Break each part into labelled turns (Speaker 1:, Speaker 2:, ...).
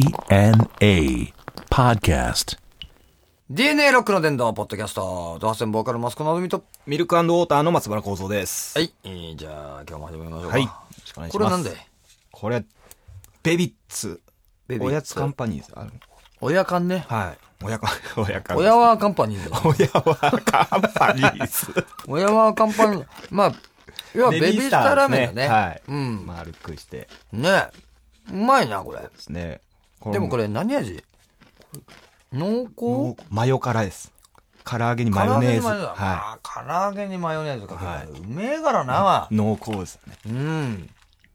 Speaker 1: DNA Podcast.
Speaker 2: DNA ロックの伝道ポッドキャスト、ドハセンボーカルマスコの海と。
Speaker 3: ミルクウォーターの松原幸三です。
Speaker 2: はい、えーじゃあ今日も始めましょうか。
Speaker 3: はいよろしくお願いし
Speaker 2: こ
Speaker 3: ます
Speaker 2: れなんで
Speaker 3: これ、ベビッツ。
Speaker 2: ベビッツ
Speaker 3: おやつカンパニーズある
Speaker 2: 親缶ね。
Speaker 3: はい。 親か、親か。
Speaker 2: 親はカンパニーズ。
Speaker 3: 親はカンパニーズ。
Speaker 2: 親はカンパニー ズ。まあ、要はベビースターラーメンだね。
Speaker 3: はい。
Speaker 2: うん。
Speaker 3: 丸くして。
Speaker 2: ねうまいな、これ。
Speaker 3: ですね。
Speaker 2: でもこれ何味濃厚
Speaker 3: もう、マヨ辛です。唐揚げにマヨネーズ。
Speaker 2: 唐揚げにマヨネーズ。
Speaker 3: は
Speaker 2: あー唐揚げにマヨネーズかけたら
Speaker 3: はいう
Speaker 2: めえからな。
Speaker 3: い。濃厚ですね。
Speaker 2: うん。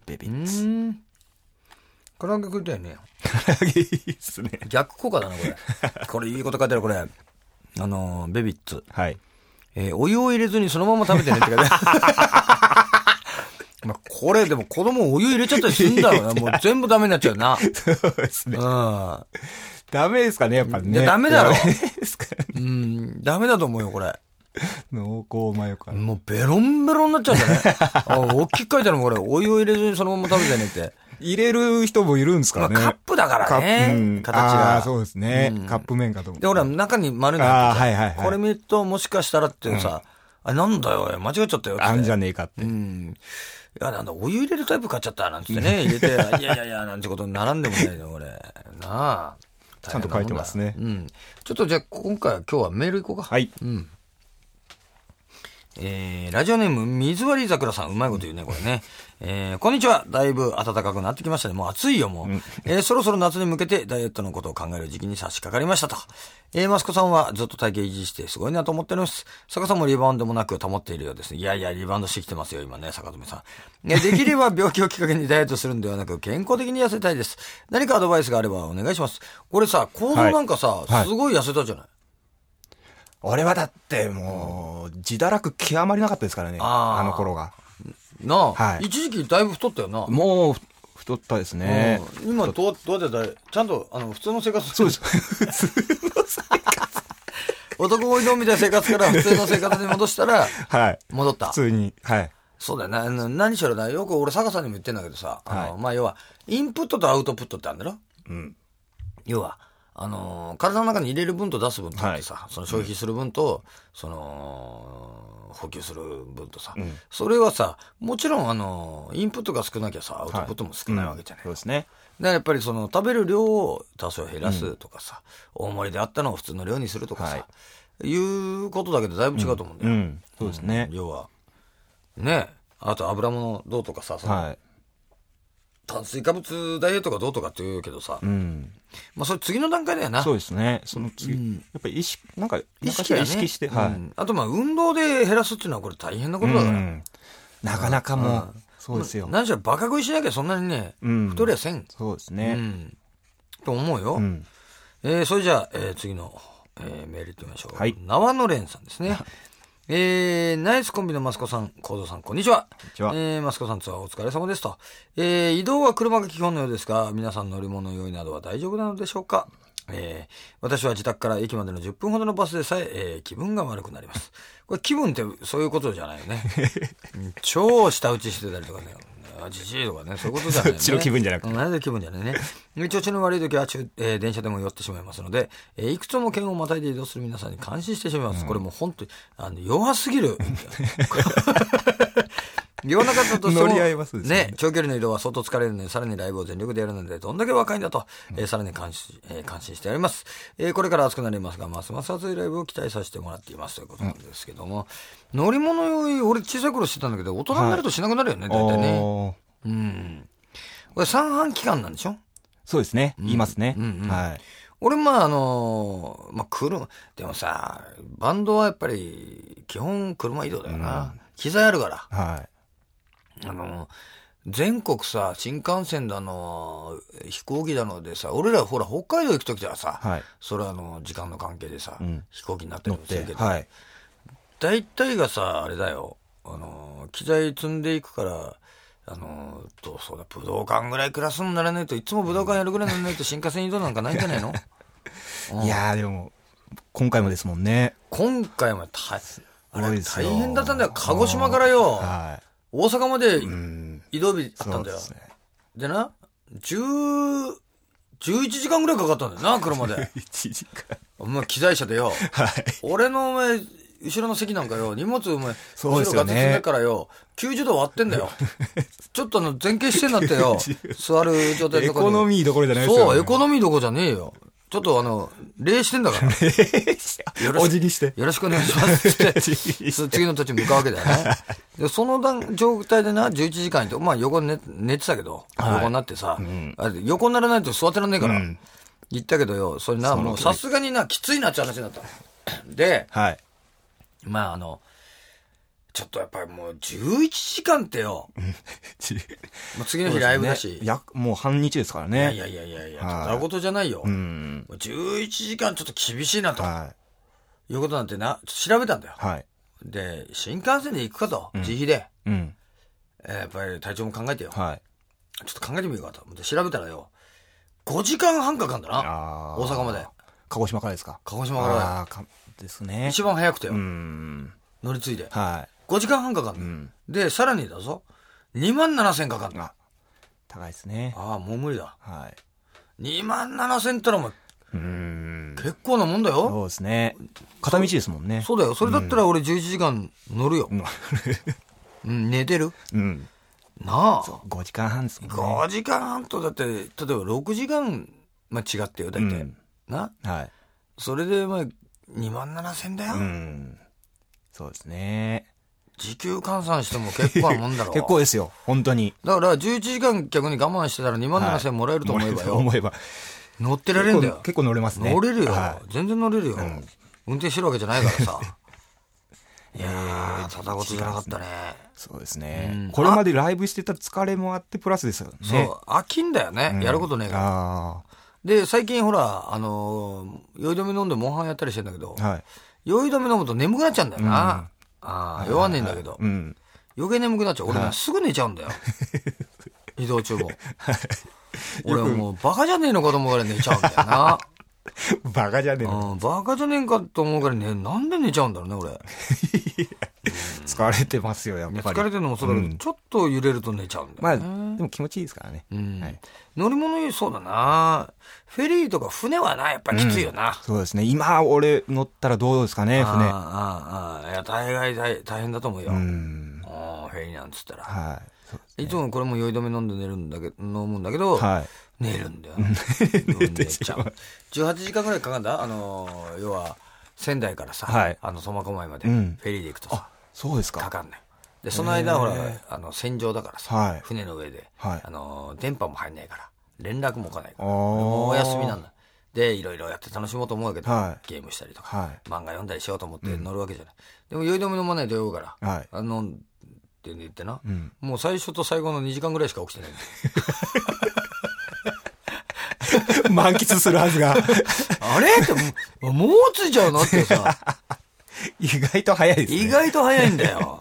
Speaker 3: ベビ
Speaker 2: う
Speaker 3: ッツ。
Speaker 2: ん。唐揚げ食いたいね。
Speaker 3: 唐揚げいいっすね。
Speaker 2: 逆効果だな、これ。これいいこと書いてある、これ。あのー、ベビッツ。
Speaker 3: はい。
Speaker 2: えーお湯を入れずにそのまま食べてねって書いてある まあこれでも子供お湯入れちゃったりするんだ ろうな。もう全部ダメになっちゃうな。
Speaker 3: そうですね。
Speaker 2: う
Speaker 3: ダメですかね、やっぱ
Speaker 2: ん。い
Speaker 3: ね。
Speaker 2: や、ダメだろ
Speaker 3: ダ。メですかね。
Speaker 2: うん、ダメだと思うよ、これ。
Speaker 3: 濃厚マヨ辛。
Speaker 2: もうベロンベロンになっちゃうんじゃない あ、大きく書いてあるもん、これ。お湯を入れずにそのまま食べてねって。
Speaker 3: 入れる人もいるんです
Speaker 2: ま
Speaker 3: か
Speaker 2: あ、
Speaker 3: ね。
Speaker 2: カップだから
Speaker 3: カップう
Speaker 2: ね
Speaker 3: ん。
Speaker 2: 形
Speaker 3: あ
Speaker 2: が
Speaker 3: ー。そうですね。
Speaker 2: うん
Speaker 3: カップ麺かと思う。
Speaker 2: で、ほら、中に丸になって
Speaker 3: あーはい
Speaker 2: る
Speaker 3: はいはい
Speaker 2: これ見ると、もしかしたらっていうさ、あ、なんだよ、おい間違っちゃったよって。
Speaker 3: あんじゃねえかっ
Speaker 2: う
Speaker 3: て。
Speaker 2: ん。いや、なんだ、お湯入れるタイプ買っちゃった、なんつってね、入れて、いやいやいや、なんてことに並んでもないの、これ。なあ。
Speaker 3: ちゃんと書いてますね
Speaker 2: 大変なもんだうん。ちょっとじゃあ、今回は、今日はメール行こうか。
Speaker 3: はい。
Speaker 2: うん。えー、ラジオネーム、水割り桜さん、うまいこと言うね、これね。えー、こんにちは。だいぶ暖かくなってきましたね。もう暑いよ、もう。えー、そろそろ夏に向けてダイエットのことを考える時期に差し掛かりましたと。えー、マスコさんはずっと体型維持してすごいなと思っております。坂さんもリバウンドもなく保っているようですね。いやいや、リバウンドしてきてますよ、今ね、坂留さん。ね、できれば病気をきっかけにダイエットするんではなく、健康的に痩せたいです。何かアドバイスがあればお願いします。これさ、行動なんかさ、
Speaker 3: いはい
Speaker 2: すごい痩せたじゃない、
Speaker 3: 俺はだってもう、自堕落極まりなかったですからね。
Speaker 2: あー
Speaker 3: あの頃が。
Speaker 2: なあ、
Speaker 3: はい
Speaker 2: 一時期だいぶ太ったよな。
Speaker 3: もう、太ったですね。
Speaker 2: うん今どう、どうやってだちゃんと、あの、普通の生活
Speaker 3: そう です。
Speaker 2: 男追いのみたいな生活から普通の生活に戻したら、
Speaker 3: はい。
Speaker 2: 戻った
Speaker 3: 普。通に。はい。
Speaker 2: そうだよな、あの何しろな、よく俺、坂さんにも言ってんだけどさ、あの、
Speaker 3: はい
Speaker 2: まあ、要は、インプットとアウトプットってあるんだろ
Speaker 3: うん。
Speaker 2: 要は、あのー体の中に入れる分と出す分とあってさ、その消費する分と、その、補給する分とさ、それはさ、もちろん、あのーインプットが少なきゃさ、アウトプットも少ないわけじゃない
Speaker 3: うんそうですね。
Speaker 2: だからやっぱりその食べる量を多少減らすとかさ、大盛りであったのを普通の量にするとかさ、、
Speaker 3: はい
Speaker 2: うことだけどだいぶ違うと思うんだ
Speaker 3: う
Speaker 2: よ。
Speaker 3: ん。そうですね。
Speaker 2: 要は、ね、あと油物どうとかさ、その
Speaker 3: は
Speaker 2: 炭水化物ダイエットがどうとかって言うけどさ、
Speaker 3: い。うん。
Speaker 2: まあそれ次の段階だよな。
Speaker 3: そうですね。その次、やっぱり意識、なんか、
Speaker 2: 意識だ
Speaker 3: な
Speaker 2: ね
Speaker 3: んかしら意識して、
Speaker 2: う
Speaker 3: はい。
Speaker 2: んあとまあ運動で減らすっていうのはこれ大変なことだから。
Speaker 3: うんなかなかもう、そうですよ。
Speaker 2: 何しろバカ食いしなきゃそんなにね、
Speaker 3: うん
Speaker 2: 太りゃせん。
Speaker 3: そうです
Speaker 2: う
Speaker 3: ね。
Speaker 2: ん。と思うよ。
Speaker 3: うん。
Speaker 2: えーそれじゃあ、えー次の、えーメールいってみましょう。
Speaker 3: はい
Speaker 2: 縄のれんさんです ね。えーナイスコンビのマスコさん、コウゾさん、こんにちは。
Speaker 3: こんにちは
Speaker 2: えーマスコさんツアーお疲れ様ですと。えー移動は車が基本のようですが、皆さん乗り物用意などは大丈夫なのでしょうかえー私は自宅から駅までの10分ほどのバスでさええー気分が悪くなります。これ気分ってそういうことじゃないよ ね。うん超舌打ちしてたりとかね。あじじいとかね、そういうことじゃない、 ね。
Speaker 3: そっちの気分じゃなくて
Speaker 2: 同じ気分じゃないね。で調子の悪い時は中、えー電車でも酔ってしまいますので、えーいくつも県をまたいで移動する皆さんに感心してしまいます。これもう本当に、あの、弱すぎ る。言わなかったとしても、
Speaker 3: 乗り合いますですね
Speaker 2: ね長距離の移動は相当疲れるので、さらにライブを全力でやるので、どんだけ若いんだと、えーさらに感心,、えー感心してやります、えーこれから暑くなりますが、ますます暑いライブを期待させてもらっていますということなんですけども、乗り物用意、俺小さい頃してたんだけど、大人になるとしなくなるよね、大体ね。
Speaker 3: おー
Speaker 2: うん。これ三半期間なんでしょ
Speaker 3: そうですね。言いますね。はい。
Speaker 2: 俺、まあ、あの、まあ、車、でもさ、バンドはやっぱり、基本車移動だよな。機材あるから。
Speaker 3: はい。
Speaker 2: あの、全国さ、新幹線だの、飛行機だのでさ、俺らほら、北海道行くときはさ、
Speaker 3: はい
Speaker 2: それはあの、時間の関係でさ、
Speaker 3: うん
Speaker 2: 飛行機になった
Speaker 3: 乗
Speaker 2: り
Speaker 3: っ
Speaker 2: もするけ
Speaker 3: て。
Speaker 2: ど、
Speaker 3: はい。
Speaker 2: 大体がさ、あれだよ、あの、機材積んでいくから、あの、どうそうだ、武道館ぐらいクラスにならないと、いつも武道館やるぐらいにならないと新幹線移動なんかないんじゃ ないのうん
Speaker 3: いやーでも、今回もですもんね。
Speaker 2: 今回も大あ
Speaker 3: 多い
Speaker 2: れ
Speaker 3: です
Speaker 2: 大
Speaker 3: よ
Speaker 2: 変だったんだよ。鹿児島からよ、
Speaker 3: は
Speaker 2: 大阪まで
Speaker 3: い。うん。
Speaker 2: 移動日あった
Speaker 3: そ
Speaker 2: んだ
Speaker 3: うで
Speaker 2: よ。
Speaker 3: すね。
Speaker 2: でな、10 11時間ぐらいかかったんだよ な、車で。
Speaker 3: 1時間。
Speaker 2: お前、機材車でよ。
Speaker 3: はい。
Speaker 2: 俺のお前、後ろの席なんかよ、荷物お前、
Speaker 3: そうです
Speaker 2: 後ろが
Speaker 3: よね
Speaker 2: 詰めからよ、90度割ってんだ よ。ちょっとあの、前傾してんなってよ、座る状態
Speaker 3: エ
Speaker 2: とかに。
Speaker 3: コノミーどころじゃない ですよ、ね。
Speaker 2: そう、エコノミーどころじゃねえよ。ちょっとあの、礼してんだから。よろし
Speaker 3: お辞 儀して。
Speaker 2: よろしくお願いします って
Speaker 3: お辞儀して
Speaker 2: 次の土地に向かうわけだよ ね。で、その段状態でな、11時間いて、まあ横に寝寝てたけど、
Speaker 3: い
Speaker 2: 横になってさ、あれ横にならないと座ってらんねえから、
Speaker 3: うん
Speaker 2: 言ったけどよ、それな、もうさすがにな、きついなって話になった。で、
Speaker 3: はい。
Speaker 2: まああの、ちょっとやっぱりもう11時間ってよ、もう次の日ライブだし、
Speaker 3: や、もう半日ですから
Speaker 2: い
Speaker 3: ね。
Speaker 2: やいやいやいやいや、
Speaker 3: はい
Speaker 2: ただごとじゃないよ。
Speaker 3: う
Speaker 2: も
Speaker 3: ん。
Speaker 2: う11時間ちょっと厳しいなと、
Speaker 3: はい。
Speaker 2: い、うことなんてな、調べたんだよ。
Speaker 3: はい。
Speaker 2: で、新幹線で行くかと、自費で。
Speaker 3: うん。
Speaker 2: えーやっぱり体調も考えてよ。
Speaker 3: はい。
Speaker 2: ちょっと考えてみようかと。で、調べたらよ、5時間半かかんだな。
Speaker 3: あー
Speaker 2: 大阪まで。
Speaker 3: 鹿児島からですか
Speaker 2: 鹿児島からだよ
Speaker 3: あーかですね。
Speaker 2: 一番早くてよ、
Speaker 3: うん。
Speaker 2: 乗り継いで。
Speaker 3: は
Speaker 2: 5時間半かかん
Speaker 3: い。う
Speaker 2: だ、
Speaker 3: ん。
Speaker 2: で、さらにだぞ、2万7千かかんだ。
Speaker 3: あ、高いですね。
Speaker 2: ああ、もう無理だ。
Speaker 3: はい。
Speaker 2: 2万7千ったらお前、
Speaker 3: うん。
Speaker 2: 結構なもんだよ。
Speaker 3: そうですね。片道ですもんね。
Speaker 2: そうだよ。それだったら俺11時間乗るよ。うん、寝てる
Speaker 3: うん。
Speaker 2: なあ。
Speaker 3: 5時間半ですもんね。
Speaker 2: 5時間半とだって、例えば6時間、まあ、違ってよ、大体。
Speaker 3: うん
Speaker 2: な
Speaker 3: はい。
Speaker 2: それで、まあ、2万7千だよ。
Speaker 3: うん。そうですね。
Speaker 2: 時給換算しても結構なもんだろ
Speaker 3: 結構ですよ。本当に。
Speaker 2: だから11時間逆に我慢してたら2万7千もらえると思えば よ、
Speaker 3: 思えば。
Speaker 2: 乗ってられるんだよ
Speaker 3: 結構結構乗れますね。
Speaker 2: 乗れるよ、
Speaker 3: は
Speaker 2: 全然乗れるよ、運転してるわけじゃないから さいやーただごとじゃなかったね
Speaker 3: い。そうですね。これまでライブしてた疲れもあってプラスですよね。
Speaker 2: そう飽きんだよね、やることねえから
Speaker 3: あ
Speaker 2: で最近ほらあのー酔い止め飲んでモンハンやったりしてんだけど、
Speaker 3: あ。はい。
Speaker 2: 酔い止め飲むと眠くなっちゃうんだよな、ああ酔わねえんだけど、
Speaker 3: うん。
Speaker 2: 余計眠くなっちゃう俺ね、すぐ寝ちゃうんだよ移動中も俺もうバカじゃねえのかと思うからい寝ちゃうんだよ な
Speaker 3: バカじゃねえの。
Speaker 2: うん、バカじゃねえかと思うからね、なんで寝ちゃうんだろうね、俺。
Speaker 3: 疲れてますよ、やっぱり。
Speaker 2: 疲れてるのもそうだけど、
Speaker 3: ん
Speaker 2: ちょっと揺れると寝ちゃうんだよ。
Speaker 3: まあ、でも気持ちいいですからね。
Speaker 2: うん
Speaker 3: はい
Speaker 2: 乗り物にそうだな。フェリーとか船はな、やっぱきついよな。
Speaker 3: そうですね。今、俺乗ったらどうですかね、
Speaker 2: あ
Speaker 3: 船。
Speaker 2: あああああいや、大概大大変だと思うよ。う、
Speaker 3: うんん。
Speaker 2: フェリーなんつったら。
Speaker 3: はい。そう
Speaker 2: いつもこれも酔い止め飲んで寝るんだけど、飲むんだけど、
Speaker 3: はい。
Speaker 2: 寝るんだよ。寝てしまう。18時間ぐらいかかんだあのー、要は、仙台からさ、
Speaker 3: はい
Speaker 2: あの、苫小牧まで、
Speaker 3: うん
Speaker 2: フェリーで行くとさ。
Speaker 3: そうです
Speaker 2: か
Speaker 3: か。
Speaker 2: かんない。で、その間、ほら、あの、戦場だからさ、
Speaker 3: はい
Speaker 2: 船の上で、
Speaker 3: はい
Speaker 2: あの、電波も入んないから、連絡も来ないから、
Speaker 3: あー
Speaker 2: もうお休みなんだ。で、いろいろやって楽しもうと思うけど、
Speaker 3: はい
Speaker 2: ゲームしたりとか、
Speaker 3: はい
Speaker 2: 漫画読んだりしようと思って乗るわけじゃない。でも、酔い止め飲まないと酔うから、
Speaker 3: はい
Speaker 2: あの、って言ってな、
Speaker 3: ん
Speaker 2: もう最初と最後の2時間ぐらいしか起きてない。
Speaker 3: 満喫するはずが、
Speaker 2: あれってもう、もうついちゃうのってさ、
Speaker 3: 意外と早いですね。
Speaker 2: 意外と早いんだよ。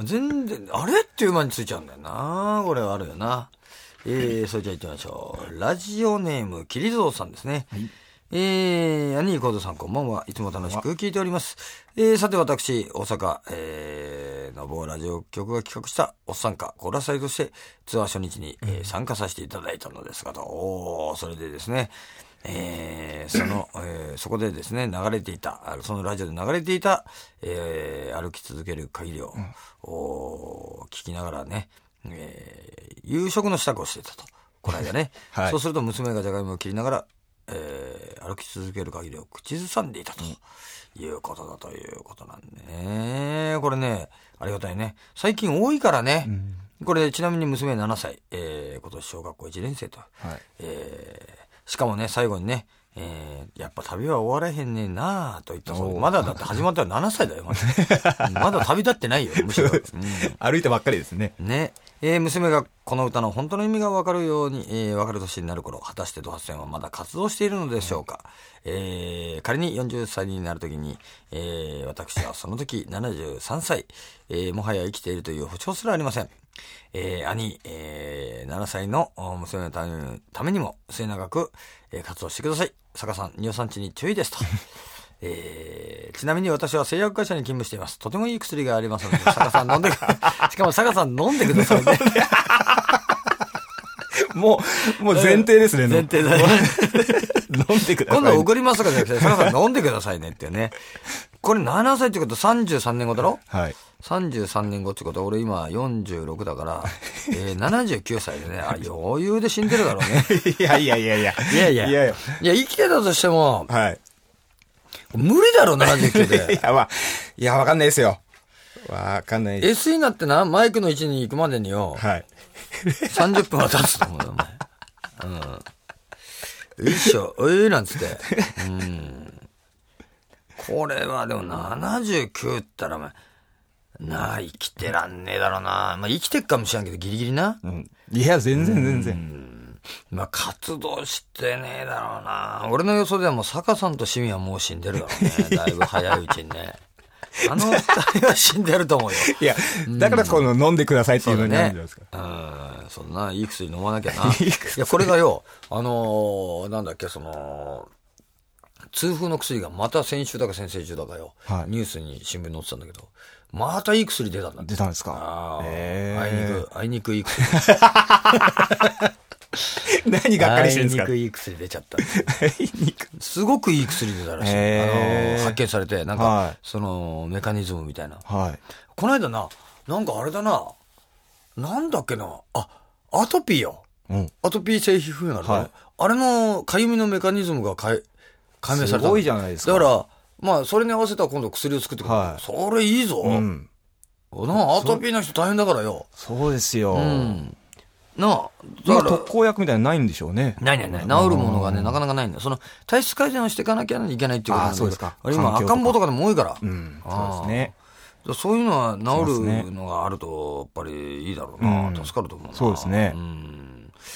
Speaker 2: 全然、あれっていう間についちゃうんだよな。これはあるよな。えー、それじゃあ行ってみましょう。ラジオネーム、キリゾウさんですね。えー、アニーコードさんこんばんは。いつも楽しく聞いております。えー、さて私、大阪、えー、の某ラジオ局が企画したおっさんか、コーラス祭としてツアー初日に、えー参加させていただいたのですがと、おー、それでですね、えーその、えーそこでですね、流れていた、あのそのラジオで流れていた、えー歩き続ける限りを、おー聞きながらね、えー夕食の支度をしていたと。この間ね。
Speaker 3: はい
Speaker 2: そうすると娘がじゃがいもを切りながら、えー歩き続ける限りを口ずさんでいたということだということなんでね。これね、ありがたいね。最近多いからね。これ、ちなみに娘7歳、えー今年小学校1年生と。
Speaker 3: はい。
Speaker 2: えーしかもね、最後にね、えーやっぱ旅は終わらへんねんなあと言ったそうまだだって始まったら7歳だよ、まだまだ旅立ってないよ、むしろ。
Speaker 3: 歩いたばっかりですね。
Speaker 2: うんね。えー娘がこの歌の本当の意味がわかるように、えーわかる年になる頃、果たしてドハセンはまだ活動しているのでしょうか。えー仮に40歳になるときに、えー私はその時73歳、えーもはや生きているという保証すらありません。えー兄、えー7歳のお娘のためためにも末永く、えー活動してください。坂さん、尿酸値に注意ですと。えーちなみに私は製薬会社に勤務しています。とてもいい薬がありますの で、坂さん飲んでく、しかも坂さん飲んでくださいね。
Speaker 3: もう、もう前提ですね。
Speaker 2: 前提だね。
Speaker 3: 飲んでください
Speaker 2: 今
Speaker 3: ね、
Speaker 2: 度送りますとかじゃなくて、坂さん飲んでくださいねってね。これ7歳ってこと33年後だろ
Speaker 3: はい。
Speaker 2: 33年後ってことは俺今46だから、えー、79歳でね、あ、余裕で死んでるだろうね。
Speaker 3: いやいやいやいや。
Speaker 2: いやいや。
Speaker 3: いやいや。
Speaker 2: いや生きてたとしても、
Speaker 3: はい。
Speaker 2: 無理だろ、79
Speaker 3: い
Speaker 2: で。
Speaker 3: や、まあ、いや、わかんないですよ。わかんないです。
Speaker 2: S になってな、マイクの位置に行くまでによ、
Speaker 3: はい。
Speaker 2: 30分は経つと思うよ、お前。うん。よいしょ、えーなんつって。うん。これはでも79ったら、お前なあ、生きてらんねえだろうな。まあ、生きてっかもしれんけど、ギリギリな。
Speaker 3: うん。いや、全然全然。
Speaker 2: まあ、活動してねえだろうな。俺の予想ではもう、坂さんと市民はもう死んでるだろうね。だいぶ早いうちにね。あの二人は死んでると思うよ。
Speaker 3: いや、だからこの飲んでくださいっていうのになるんじゃないですか。
Speaker 2: うん、そんな、いい薬飲まなきゃ な。いや、これがよ、あのーなんだっけ、その、痛風の薬がまた先週だか先々週だかよ、
Speaker 3: はい
Speaker 2: ニュースに新聞に載ってたんだけど、またいい薬出たんだって
Speaker 3: 出。たんですか
Speaker 2: ああ、
Speaker 3: え
Speaker 2: あいにく、あいにくいい薬。
Speaker 3: え。 何 がっかりしてるんです
Speaker 2: あいに
Speaker 3: か
Speaker 2: くいい薬出ちゃったんですよ。
Speaker 3: あいにく
Speaker 2: すごくいい薬出たらしい。あ
Speaker 3: へー
Speaker 2: の発見されて、なんか、
Speaker 3: はい
Speaker 2: その、メカニズムみたいな。
Speaker 3: はい。
Speaker 2: この間な、なんかあれだな、なんだっけな、あ、アトピーよ。
Speaker 3: うん。
Speaker 2: アトピー性皮膚炎ある、
Speaker 3: はい
Speaker 2: あれのかゆみのメカニズムが解解明されたの
Speaker 3: すごいじゃないですか
Speaker 2: だから、まあ、それに合わせたら今度薬を作ってくる。
Speaker 3: はい
Speaker 2: それいいぞ。
Speaker 3: うん。
Speaker 2: なあ、アトピーの人大変だからよ。
Speaker 3: そうですよ。
Speaker 2: うん。なあ、
Speaker 3: なん
Speaker 2: だ
Speaker 3: か
Speaker 2: から
Speaker 3: 特、効薬みたいなのないんでしょうね。
Speaker 2: ないないない。治るものがね、なかなかないんだよ。その、体質改善をしていかなきゃいけないっていうことなんだけど。
Speaker 3: あそうですか
Speaker 2: 俺今、
Speaker 3: 環境とか
Speaker 2: 赤ん坊とかでも多いから。
Speaker 3: うん。そうですね。
Speaker 2: そういうのは
Speaker 3: そうです
Speaker 2: 治る
Speaker 3: ね
Speaker 2: のがあると、やっぱりいいだろうな。
Speaker 3: うん
Speaker 2: 助かると思うな。
Speaker 3: そうですね
Speaker 2: うん。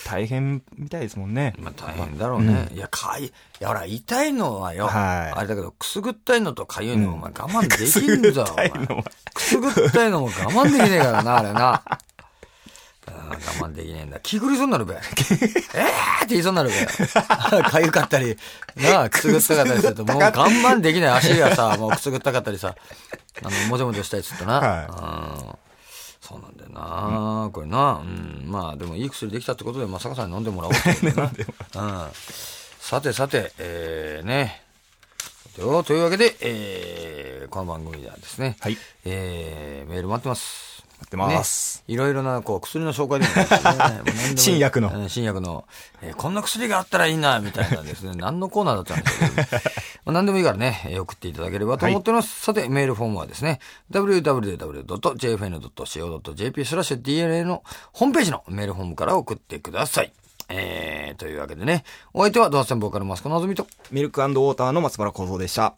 Speaker 3: 大変みたいですもんね。
Speaker 2: まあ大変だろうね。いや、かゆい。いや、ほら、痛いのはよ。
Speaker 3: はい
Speaker 2: あれだけど、くすぐったいのとかゆいのは、お前我慢でき
Speaker 3: す
Speaker 2: ん
Speaker 3: ぐ
Speaker 2: だよ、
Speaker 3: 痛い
Speaker 2: お前
Speaker 3: のは
Speaker 2: くすぐったいのも我慢できねえからな、あれな。うん我慢できねえんだ。気狂いそうにな るべ。えーって言いそうになるべ。かゆかったり、なあ、くすぐったかったりすると、もう我慢できない足がさ、もうくすぐったかったりさ、あの、もじゃもじゃしたりするとな。うんそうなんだよな、これな。うん。まあ、でもいい薬できたってことで、まあ、坂さんに飲んでもらおうってことだな。うん。さてさて、えー、ね。ではというわけで、えー、この番組ではですね、
Speaker 3: はい
Speaker 2: えー、メール待ってます。待って
Speaker 3: ます。
Speaker 2: いろいろな、こう、薬の紹介でもいいですねもう何でもいい。
Speaker 3: 新薬の
Speaker 2: うん新薬の、えーこんな薬があったらいいな、みたいなですね、何のコーナーだったんですけど、まあ、何でもいいからね、えー送っていただければと思っております。さて、メールフォームはですね、www.jfn.co.jp スラッシュ DNA のホームページのメールフォームから送ってください。えー、というわけでね、お相手はドアステンボーカルマスコのぞみと、
Speaker 3: ミルクウォーターの松原幸三でした。